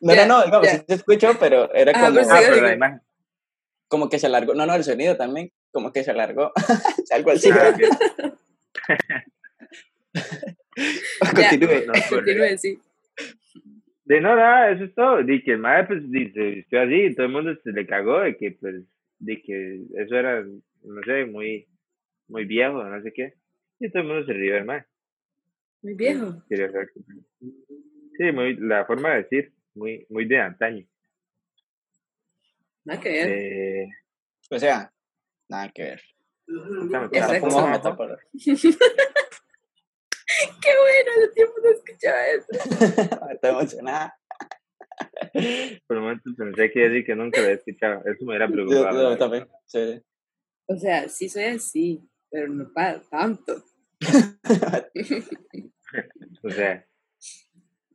S5: no,
S4: Ya,
S5: no, no, digamos,
S4: ya.
S5: sí se escuchó, pero era
S4: Ajá,
S5: como,
S4: pero
S3: Ah,
S4: sí,
S3: pero
S4: oiga.
S3: la imagen.
S5: como que se alargó. No, no, el sonido también, como que se alargó. Algo así.
S3: Ah, ok.
S4: Ya.
S5: Continúe.
S3: No,
S4: Continúe, sí.
S3: De no, nada, eso es todo. De que el madre, pues, dice, estoy así, y todo el mundo se le cagó, de que, pues, de que eso era, no sé, muy, muy viejo, no sé qué. Y todo el mundo se rió del madre.
S4: Muy viejo.
S3: Sí, o sea, que- sí, muy, la forma de decir, muy, muy de antaño.
S4: Nada que ver.
S3: Eh,
S5: O sea, nada que ver.
S3: estamos-
S5: Ya
S4: Exacto.
S5: no pongo metáfora.
S4: Qué bueno, hace tiempo no escuchaba eso.
S5: Estoy emocionada.
S3: por el momento pues, pensé que iba a decir que nunca lo había escuchado. Eso me hubiera
S5: Yo,
S3: preocupado.
S5: yo
S3: la verdad.
S5: también. Sí.
S4: O sea, sí soy así, pero no para tanto.
S3: O sea,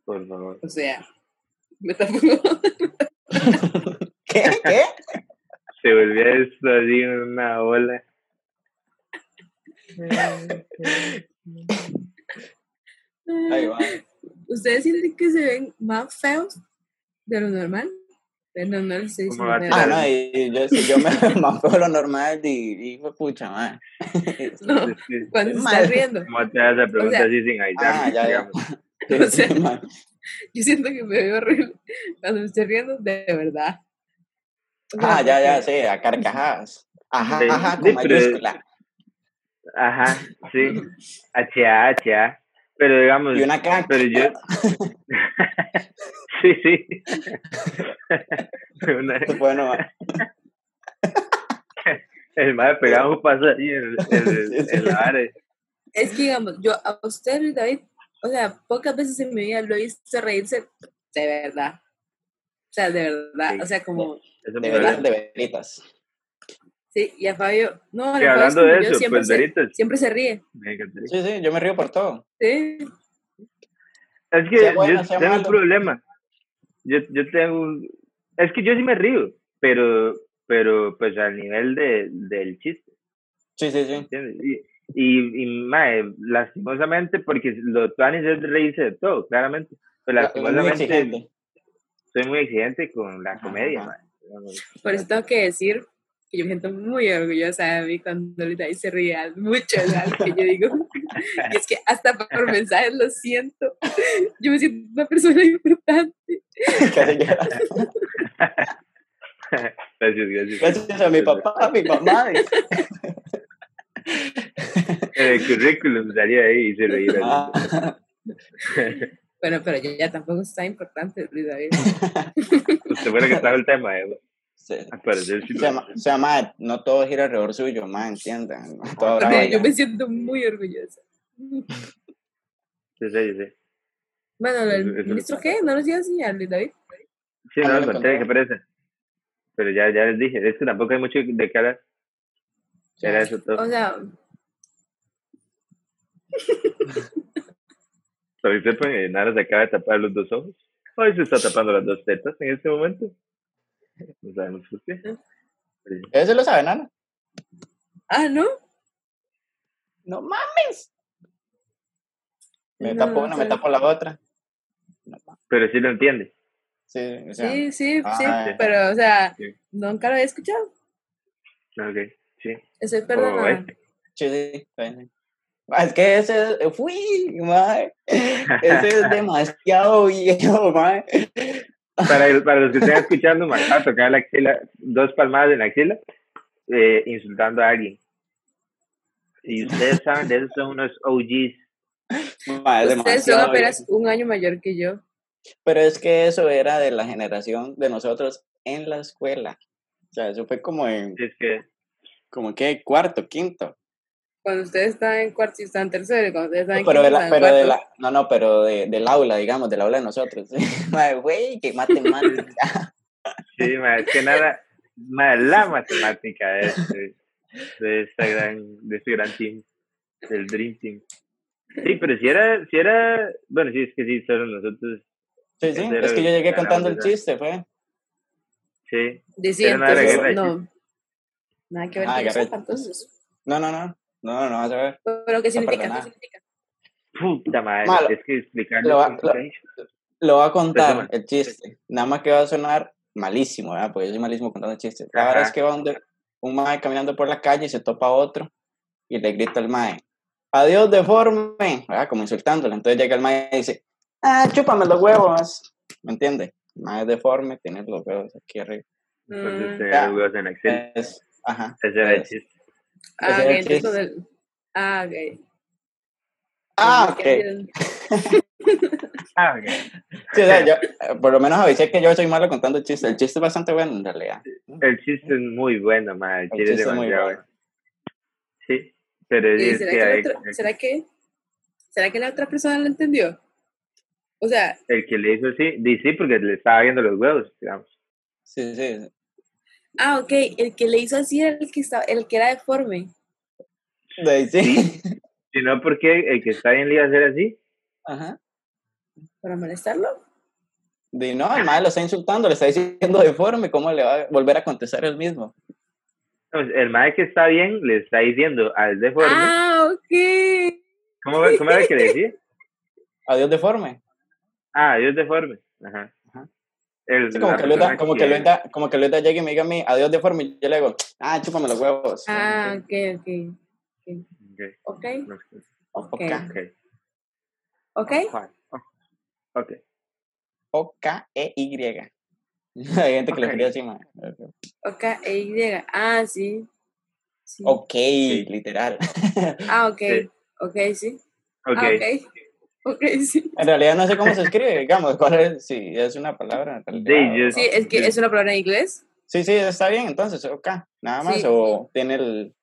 S3: por favor.
S4: O sea, me tampoco.
S5: ¿Qué? ¿Qué?
S3: Se volvió esto así una ola.
S5: Ahí va.
S4: ¿Ustedes sienten que se ven más feos de lo normal? Pero no, no lo estoy
S3: ¿Cómo
S4: diciendo.
S3: va a
S4: feo.
S5: Ah, no, y, y yo, si yo me mantengo lo normal y, y fue pucha, madre.
S4: No,
S3: Entonces,
S4: cuando se está
S5: Mal.
S4: riendo.
S3: ¿Cómo te das la pregunta
S4: sea-
S3: así sin avisarme?
S5: Ah, ya, ya.
S3: digamos?
S5: Sí,
S4: O sea,
S5: sí, madre.
S4: Yo siento que me veo horrible cuando me estoy riendo de verdad. O sea,
S5: Ah, ya, ya,
S4: porque-
S5: sí, a carcajadas. Ajá,
S3: Sí,
S5: ajá,
S3: sí,
S5: con
S3: pero-
S5: mayúscula.
S3: Ajá, sí. H-A, H-A. Pero digamos,
S5: Y una caca.
S3: pero yo... sí, sí. Una-
S5: Bueno, madre.
S3: el madre pegaba un paso así en, en-
S5: Sí, sí.
S3: en la área.
S4: Es que, digamos, yo a usted, Luis David, o sea, pocas veces en mi vida lo he visto reírse de verdad. O sea, de verdad.
S3: Sí.
S4: O sea, como,
S3: Eso
S5: de
S3: me duele.
S5: veras, de veritas.
S4: sí, y a Fabio, no,
S3: Que
S4: a Fabio es
S3: hablando
S4: como
S3: de
S4: yo,
S3: eso,
S4: siempre,
S3: pues
S4: se,
S3: Veritas.
S4: siempre se ríe.
S3: me encantaría.
S5: Sí, sí, yo me río por todo.
S4: Sí,
S3: Es que
S5: Sea bueno,
S3: yo
S5: sea
S3: tengo
S5: malo.
S3: un problema. Yo, yo tengo un... Es que yo sí me río, pero, pero pues al nivel de, del chiste,
S5: Sí, sí, sí.
S3: ¿entiendes? Y, y, y, mae, lastimosamente, porque los planes es reírse de todo, claramente. Pero
S5: La- la- Muy
S3: lastimosamente
S5: exigente.
S3: soy muy exigente con la
S5: Ajá,
S3: comedia,
S5: ajá.
S3: mae. Digamos,
S4: por eso tengo que decir que yo me siento muy orgullosa de mí cuando Luis David se ríe mucho, ¿sabes? Que yo digo, y es que hasta por mensajes lo siento. Yo me siento una persona importante.
S5: Casi llora.
S3: Gracias, gracias.
S5: Gracias a mi papá, a mi mamá.
S3: En el currículum salía ahí y se reía.
S5: Ah,
S4: Bueno, pero ya, ya tampoco está importante, Luis David.
S3: Se fuera que estaba el tema, eh,
S5: sí.
S3: al parecer sí lo-
S5: O sea, ma- o sea, madre, no todo gira alrededor suyo, madre, entiendan. No
S4: Pero
S5: todo bravo
S4: yo
S5: allá.
S4: me siento muy orgullosa.
S3: sí, sí, sí.
S4: Bueno,
S3: Eso- eso
S4: ¿el
S3: le
S4: ministro
S3: pasa.
S4: qué? ¿No nos dio así a Luis David?
S3: Sí,
S5: Ah,
S3: no,
S5: no
S3: al
S5: lo
S3: contrario, qué
S5: encontraba.
S3: pereza. Pero ya, ya les dije, es que tampoco hay mucho de cara.
S5: Sí.
S3: Era eso todo.
S4: O sea,
S3: Pero usted, pues, Nara se acaba de tapar los dos ojos. Hoy se está tapando las dos tetas en este momento. No sabemos por qué. Pero-
S5: Eso lo sabe, Nana.
S4: ah, ¿no?
S5: No mames. Me
S4: No,
S5: tapo
S4: no
S5: una, me
S4: sé.
S5: tapo la otra. No mames.
S3: Pero sí lo entiende.
S5: Sí, o sea,
S4: Sí, sí, sí,
S5: Ah.
S4: pero o sea,
S3: Sí.
S4: nunca lo había escuchado.
S3: Ok, sí.
S4: Estoy
S3: O
S4: perdonada.
S3: este.
S5: sí, sí, está bien. Ah, Es que ese es, fui, madre. Ese es demasiado viejo, madre.
S3: Para, para los que estén escuchando, me acaba de tocar la axila, dos palmadas en la axila, eh, insultando a alguien. Y ustedes saben, de esos son unos OGs. Ah,
S5: Madre, es
S4: Ustedes son
S5: demasiado
S4: apenas
S5: viejo.
S4: un año mayor que yo.
S5: Pero es que eso era de la generación de nosotros en la escuela. O sea, eso fue como en,
S3: Es que,
S5: como que cuarto, quinto.
S4: Cuando ustedes están en cuarto y están en tercero, y cuando ustedes están en
S5: Pero
S4: quinto,
S5: de la,
S4: están en
S5: pero de
S4: cuarto.
S5: la, no, no, pero de- del aula, digamos, del aula de nosotros. Madre, güey, que matemática.
S3: sí, ma, es que nada, ma, la matemática de, este- de, esta gran, de este gran team, del Dream Team. Sí, pero si era, si era, bueno, sí, es que sí, solo nosotros,
S5: Sí, sí,
S3: Ese era
S5: es que yo
S3: el-
S5: llegué
S3: ganamos
S5: contando el
S3: esa.
S5: chiste, fue.
S3: sí.
S4: Decía,
S3: Era una guerra
S4: entonces,
S3: de ¿eh?
S4: no. Nada que ver
S5: Ah,
S4: con
S5: guerra de
S4: eso, entonces.
S5: No, no, no. No, no vas a ver.
S4: Pero ¿qué significa?
S5: perdona.
S4: ¿Qué significa?
S3: Puta madre,
S5: Malo.
S3: es que explicarlo.
S5: Lo va-
S3: es
S5: lo-
S3: complicadillo.
S5: Lo voy a contar,
S3: Perdón.
S5: el chiste. Nada más que va a sonar malísimo, ¿verdad? Porque yo soy malísimo contando chistes. La
S3: Ajá.
S5: verdad es que va donde un mae caminando por la calle y se topa a otro y le grita al mae, adiós deforme, ¿verdad? Como insultándole. Entonces llega el mae y dice, ah, chúpame los huevos. ¿Me entiendes? El mae es deforme, tiene los huevos aquí arriba.
S3: Entonces,
S4: Mm,
S3: tener
S5: Ya.
S3: los huevos en Excel.
S5: Es- ajá.
S3: Ese era el
S5: es-
S3: chiste.
S4: Ah, ok,
S5: ese era el
S4: entonces
S5: chiste.
S4: lo del- Ah, ok.
S5: Ah,
S4: Entonces, ¿qué
S5: ok.
S4: hacen?
S3: Ah, ok.
S5: Sí, o sea, yo, eh, por lo menos avisé que yo soy malo contando chistes. El chiste es bastante bueno, en realidad.
S3: El chiste es muy bueno, madre. El
S5: El
S3: chiste es
S5: chiste es muy
S3: demasiado
S5: bueno.
S3: bueno. Sí, pero
S4: ¿Y
S3: es
S4: será
S3: que,
S4: que, el
S3: hay-
S4: otro- será que será que la otra persona lo entendió? O sea,
S3: el que le hizo así, di sí, porque le estaba viendo los huevos, digamos.
S5: Sí, sí.
S4: ah, ok, el que le hizo así era el que estaba, el que era deforme.
S5: De ahí sí.
S3: Si no, porque el que está bien le iba a hacer así.
S5: Ajá.
S4: ¿Para molestarlo?
S5: De no, el madre lo está insultando, le está diciendo deforme, ¿cómo le va a volver a contestar el mismo?
S3: No, pues, El madre que está bien le está diciendo al deforme.
S4: Ah, ok.
S3: ¿Cómo, va- ¿Cómo era que le decía?
S5: Adiós deforme.
S3: Ah, Dios deforme. Ajá.
S5: Ajá.
S3: El,
S5: Sí, como,
S3: la
S5: que Luda,
S3: persona
S5: como, que Luda, como que Luda llegue y me diga a mí, adiós deforme, y yo le digo, ah, chúpame los huevos.
S4: Ah, ok, ok.
S3: Ok,
S4: Ok,
S3: no,
S4: ok.
S5: Ok.
S4: Ok,
S3: ok.
S5: O-K-E-Y. e Hay gente que lo
S3: Ok.
S5: escribe así, ma.
S4: ok, e Y. Ah, sí. sí.
S5: Ok, literal.
S4: Ah, ok,
S3: Sí.
S4: ok, sí.
S3: Ok.
S4: Ah, ok. Ok, sí.
S5: En realidad no sé cómo se escribe, digamos, cuál es, si es una palabra. en realidad,
S3: yo-
S5: o no.
S4: Sí, es que
S3: sí.
S4: es una palabra en inglés.
S5: sí, sí, está bien, entonces, ok, nada más,
S4: Sí.
S5: o tiene el...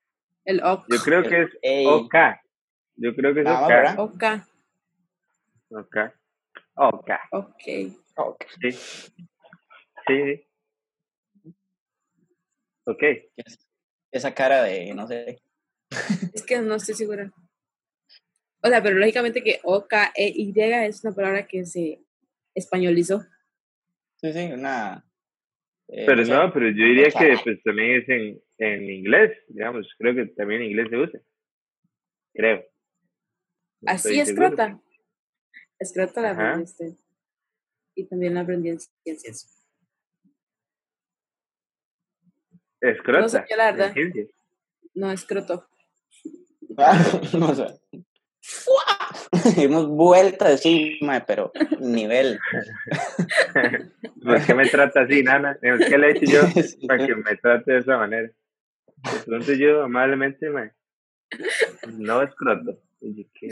S4: El ok.
S3: Yo creo que es
S5: Ey.
S3: OK. Yo creo que es
S5: Nada más,
S3: OK.
S5: ¿verdad?
S4: Ok,
S3: Ok. Ok.
S4: ok.
S5: Ok.
S3: Sí. Sí. sí. Ok.
S4: Eh,
S5: Esa cara de, no sé,
S4: Es que no estoy segura. O sea, pero lógicamente que ok, e Y es una palabra que se españolizó.
S5: sí, sí, una... eh,
S3: Pero
S5: sé.
S3: no, pero yo diría
S5: Ojalá.
S3: que pues también es en, en inglés, digamos. Creo que también en inglés se usa. Creo. No
S4: Así
S3: Pues, estoy
S4: es
S3: seguro.
S4: crota. Es crota la
S3: Ajá.
S4: aprendiste. Y también la aprendí en ciencias.
S3: Escrota.
S4: No sé, yo la
S3: en
S4: verdad.
S3: ciencias.
S4: No, es croto.
S5: o sea, ¡fua! Dimos vuelta encima, pero nivel.
S3: ¿Por qué me trata así, nana? Digamos, ¿Qué le he hecho yo
S5: Sí.
S3: para que me trate de esa manera? De pronto yo amablemente me... No escroto. Y yo, ¿qué?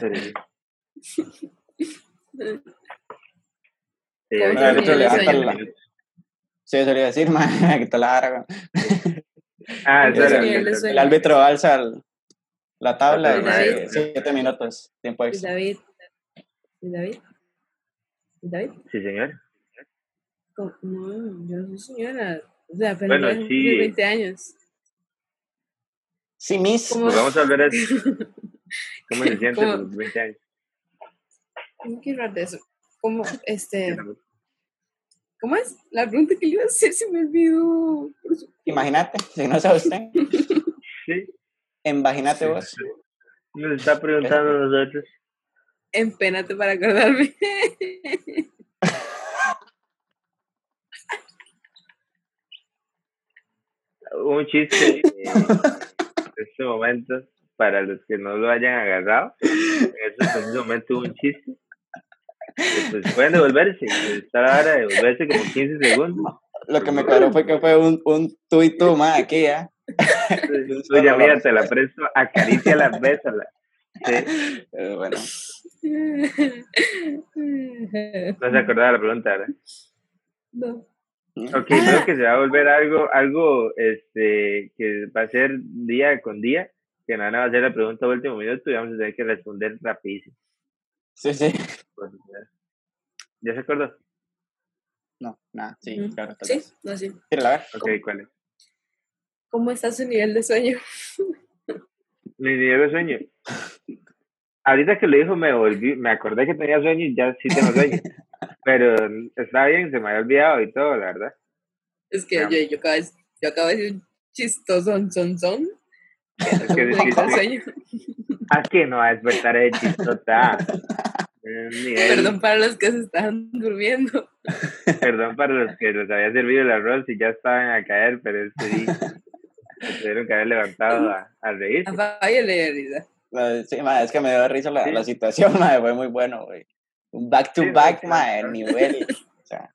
S3: Pero yo- Sí,
S4: Bueno,
S3: ahorita
S4: ahorita
S3: le-
S4: levanta
S3: le-
S5: la- Sí, eso le iba a decir, ma, que te la haga.
S3: Ah,
S5: Eso
S3: eso era.
S5: sí,
S4: el
S3: eso era.
S5: El árbitro alza el- la tabla y
S3: Otra
S4: vez.
S5: dice, siete minutos, tiempo
S3: Pues
S4: Luis
S5: extra.
S4: David. Luis David. Luis David.
S3: Sí, señor.
S4: ¿Cómo? No, yo no soy señora. O sea, pero
S3: Bueno,
S4: bueno,
S3: sí.
S4: 20 años.
S5: Sí, miss.
S4: ¿Cómo?
S3: Pues vamos a hablar de cómo se siente
S4: ¿Cómo?
S3: por los 20 años.
S4: No quiero hablar de eso. ¿Cómo? Este,
S3: Digamos,
S4: ¿Cómo es? La pregunta que le iba a hacer se me olvidó. Por su-
S5: Imagínate, si no sabe usted,
S3: Sí,
S5: imagínate vos.
S3: nos está preguntando a nosotros.
S4: Empénate para acordarme.
S3: Un chiste eh, en este momento, para los que no lo hayan agarrado, en este preciso momento hubo un chiste. que, Pues pueden devolverse, pues, está la hora de devolverse como 15 segundos.
S5: Lo que me cuadró fue que fue un, un tú y tú, ma, aquí, ¿ah?
S3: Oye, mira, te la presto, acaríciala, bésala. Sí,
S5: Eh, Bueno,
S3: no se acordaba de la pregunta, ¿verdad?
S4: no.
S3: Ok,
S4: Ah.
S3: creo que se va a volver algo, algo este, que va a ser día con día, que nada va a hacer la pregunta a último minuto y vamos a tener que responder rapidísimo.
S5: sí, sí.
S3: Pues, ya. ¿Ya se acordó?
S5: No, nada, sí,
S4: Ujú.
S5: claro. tal
S4: Mm. Sí,
S5: vez.
S4: no, sí.
S5: Tírala, a ver.
S3: Ok, ¿cuál es?
S4: ¿Cómo está su nivel de sueño?
S3: Mi nivel de sueño. Ahorita que lo dijo me volví, me acordé que tenía sueño y ya sí tengo sueño. Pero está bien, se me había olvidado y todo, la verdad.
S4: Es que
S3: Ah.
S4: yo, yo, acabo, de- yo acabo de decir un chistoso, son, son.
S3: Que
S4: Puede que
S3: decís,
S4: sea sueño.
S3: Aquí Ah, no va a despertar de chistota. Eh, Miguel,
S4: Perdón para los que se están durmiendo.
S3: perdón para los que les había servido el arroz y ya estaban a caer, pero es que sí, se tuvieron que haber levantado a, a reírse.
S4: A Fabio le dio risa.
S5: La- Sí, mae, es que me dio risa la,
S3: Sí.
S5: la situación, mae, fue muy bueno, güey. Un back to
S3: Sí,
S5: back,
S3: sí,
S5: mae,
S3: claro.
S5: nivel. O sea,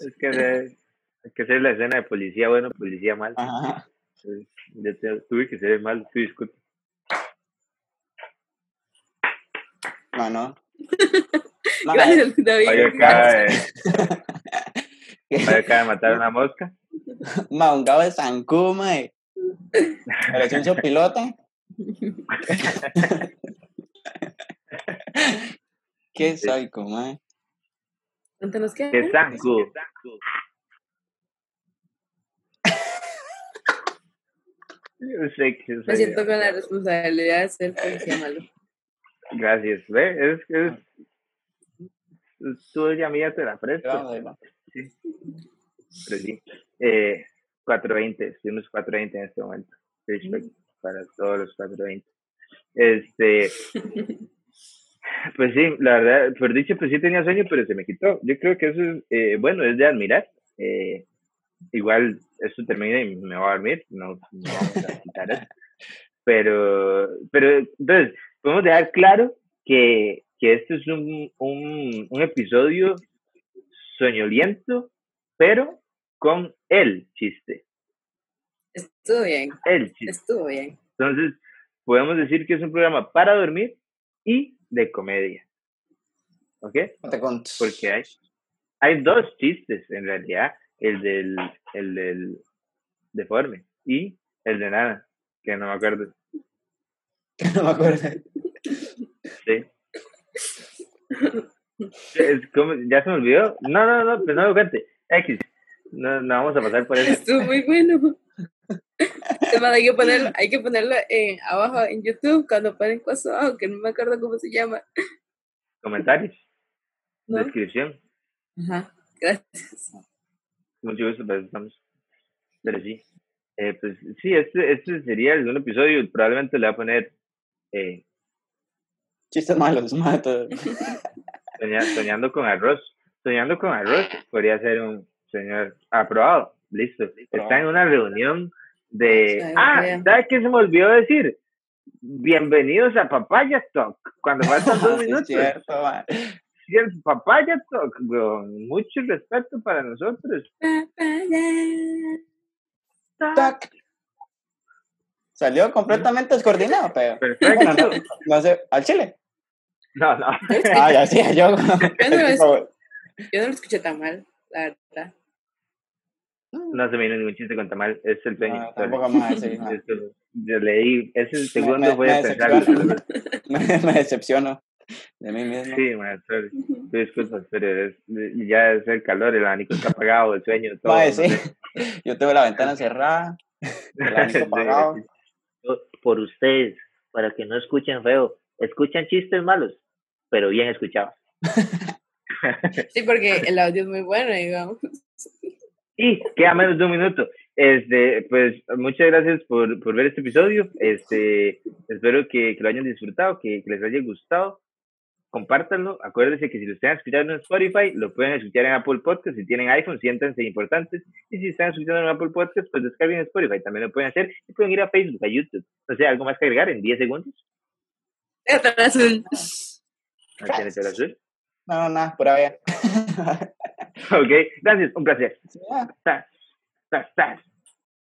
S3: Es que se- es que hacer la escena de policía bueno, policía mal.
S5: ajá.
S3: Entonces, yo te- tuve que ser el mal, tú disculpa.
S5: No, no. Mae,
S4: Gracias, David.
S3: Fabio acaba de, Fabio acaba de matar a una mosca.
S5: Maungado de Sancú, mae. Pero es un sopilota. Qué
S3: Sí.
S5: psycho, mae.
S4: Cuéntanos qué.
S3: ¡Qué zanco! Yo sé que soy
S4: Me siento
S3: yo.
S4: con la responsabilidad de ser policía malo.
S3: Gracias, ve, es que es, tú ya mía te la presto,
S5: Vamos, ahí va.
S3: pero sí. Eh, 420, estuvimos 420 en este momento. Respect para todos los 420. Este, pues sí, la verdad, por dicho, pues sí tenía sueño, pero se me quitó. Yo creo que eso es, eh, bueno, es de admirar. Eh, igual, esto termina y me voy a dormir, no, no vamos a quitar eso. Pero, pero, entonces, podemos dejar claro que, que esto es un, un, un episodio soñoliento, pero con el chiste.
S4: Estuvo bien,
S3: El chiste.
S4: estuvo bien.
S3: Entonces, podemos decir que es un programa para dormir y de comedia. ¿Ok?
S5: Te conto.
S3: Porque hay, hay dos chistes, en realidad. El del, el del deforme y el de nada, que no me acuerdo.
S5: No me acuerdo.
S3: Sí. Es como- ¿Ya se me olvidó? No, no, no, pues no lo cuente. X. No, no vamos a pasar por eso.
S4: Estuvo muy bueno. Es más, hay que ponerlo, hay que ponerlo en- abajo en YouTube cuando ponen cosas abajo, que no me acuerdo cómo se llama.
S3: Comentarios,
S4: ¿no?
S3: descripción.
S4: Ajá, gracias.
S3: Mucho gusto, pues estamos. Pero sí. Eh, pues sí, este, este sería el segundo episodio. Probablemente le voy a poner eh,
S5: Chistes malos, mae. todo.
S3: soña- soñando con arroz. Soñando con arroz podría ser un señor aprobado. Listo. Está en una reunión de.
S4: Ay,
S3: Ah,
S4: vea.
S3: ¿sabes qué se me olvidó decir? Bienvenidos a Papaya Talk. Cuando faltan dos
S5: Ah, Sí,
S3: minutos.
S5: es cierto, mae.
S3: Sí, el Papaya Talk. weón. Mucho respeto para nosotros.
S4: Papaya.
S3: Ah.
S5: Tac. Salió completamente descoordinado, pero.
S3: Perfecto.
S5: Bueno, no, no sé, al chile.
S3: No, no.
S5: Ah, ya sí, yo.
S4: no lo escuché. Yo no lo escuché tan mal, la verdad.
S3: No se me vino ningún chiste con Tamal. Es el sueño.
S5: No,
S3: sorry.
S5: Ah, tampoco más, sí, no.
S3: Esto- yo leí, ese segundo
S5: me-
S3: voy
S5: me
S3: a pensar.
S5: decepcionó. me, me decepciono de mí mismo.
S3: Sí, man, sorry. Disculpas, pero es- ya es el calor, el abanico está apagado, el sueño, todo.
S5: Mae,
S3: no
S5: sí.
S3: sé.
S5: Yo tengo la ventana cerrada, el
S3: Sí,
S5: abanico apagado.
S3: yo- Por ustedes, para que no escuchen feo, escuchan chistes malos, pero bien escuchados.
S4: Sí, porque el audio es muy bueno, digamos.
S3: Y queda menos de un minuto. Este, pues muchas gracias por, por ver este episodio. Este, espero que, que lo hayan disfrutado, que, que les haya gustado. Compártanlo. Acuérdense que si lo están escuchando en Spotify, lo pueden escuchar en Apple Podcast. Si tienen iPhone, siéntanse importantes. Y si están escuchando en Apple Podcast, pues descarguen Spotify. También lo pueden hacer. Y pueden ir a Facebook, a YouTube. O sea, algo más que agregar en 10 segundos.
S4: Tan azul.
S3: No Ah, tiene tela azul.
S5: No, nada, pura vida.
S3: Ok, gracias. Un placer.
S5: Sí, ya.
S3: Tas, tas, tas.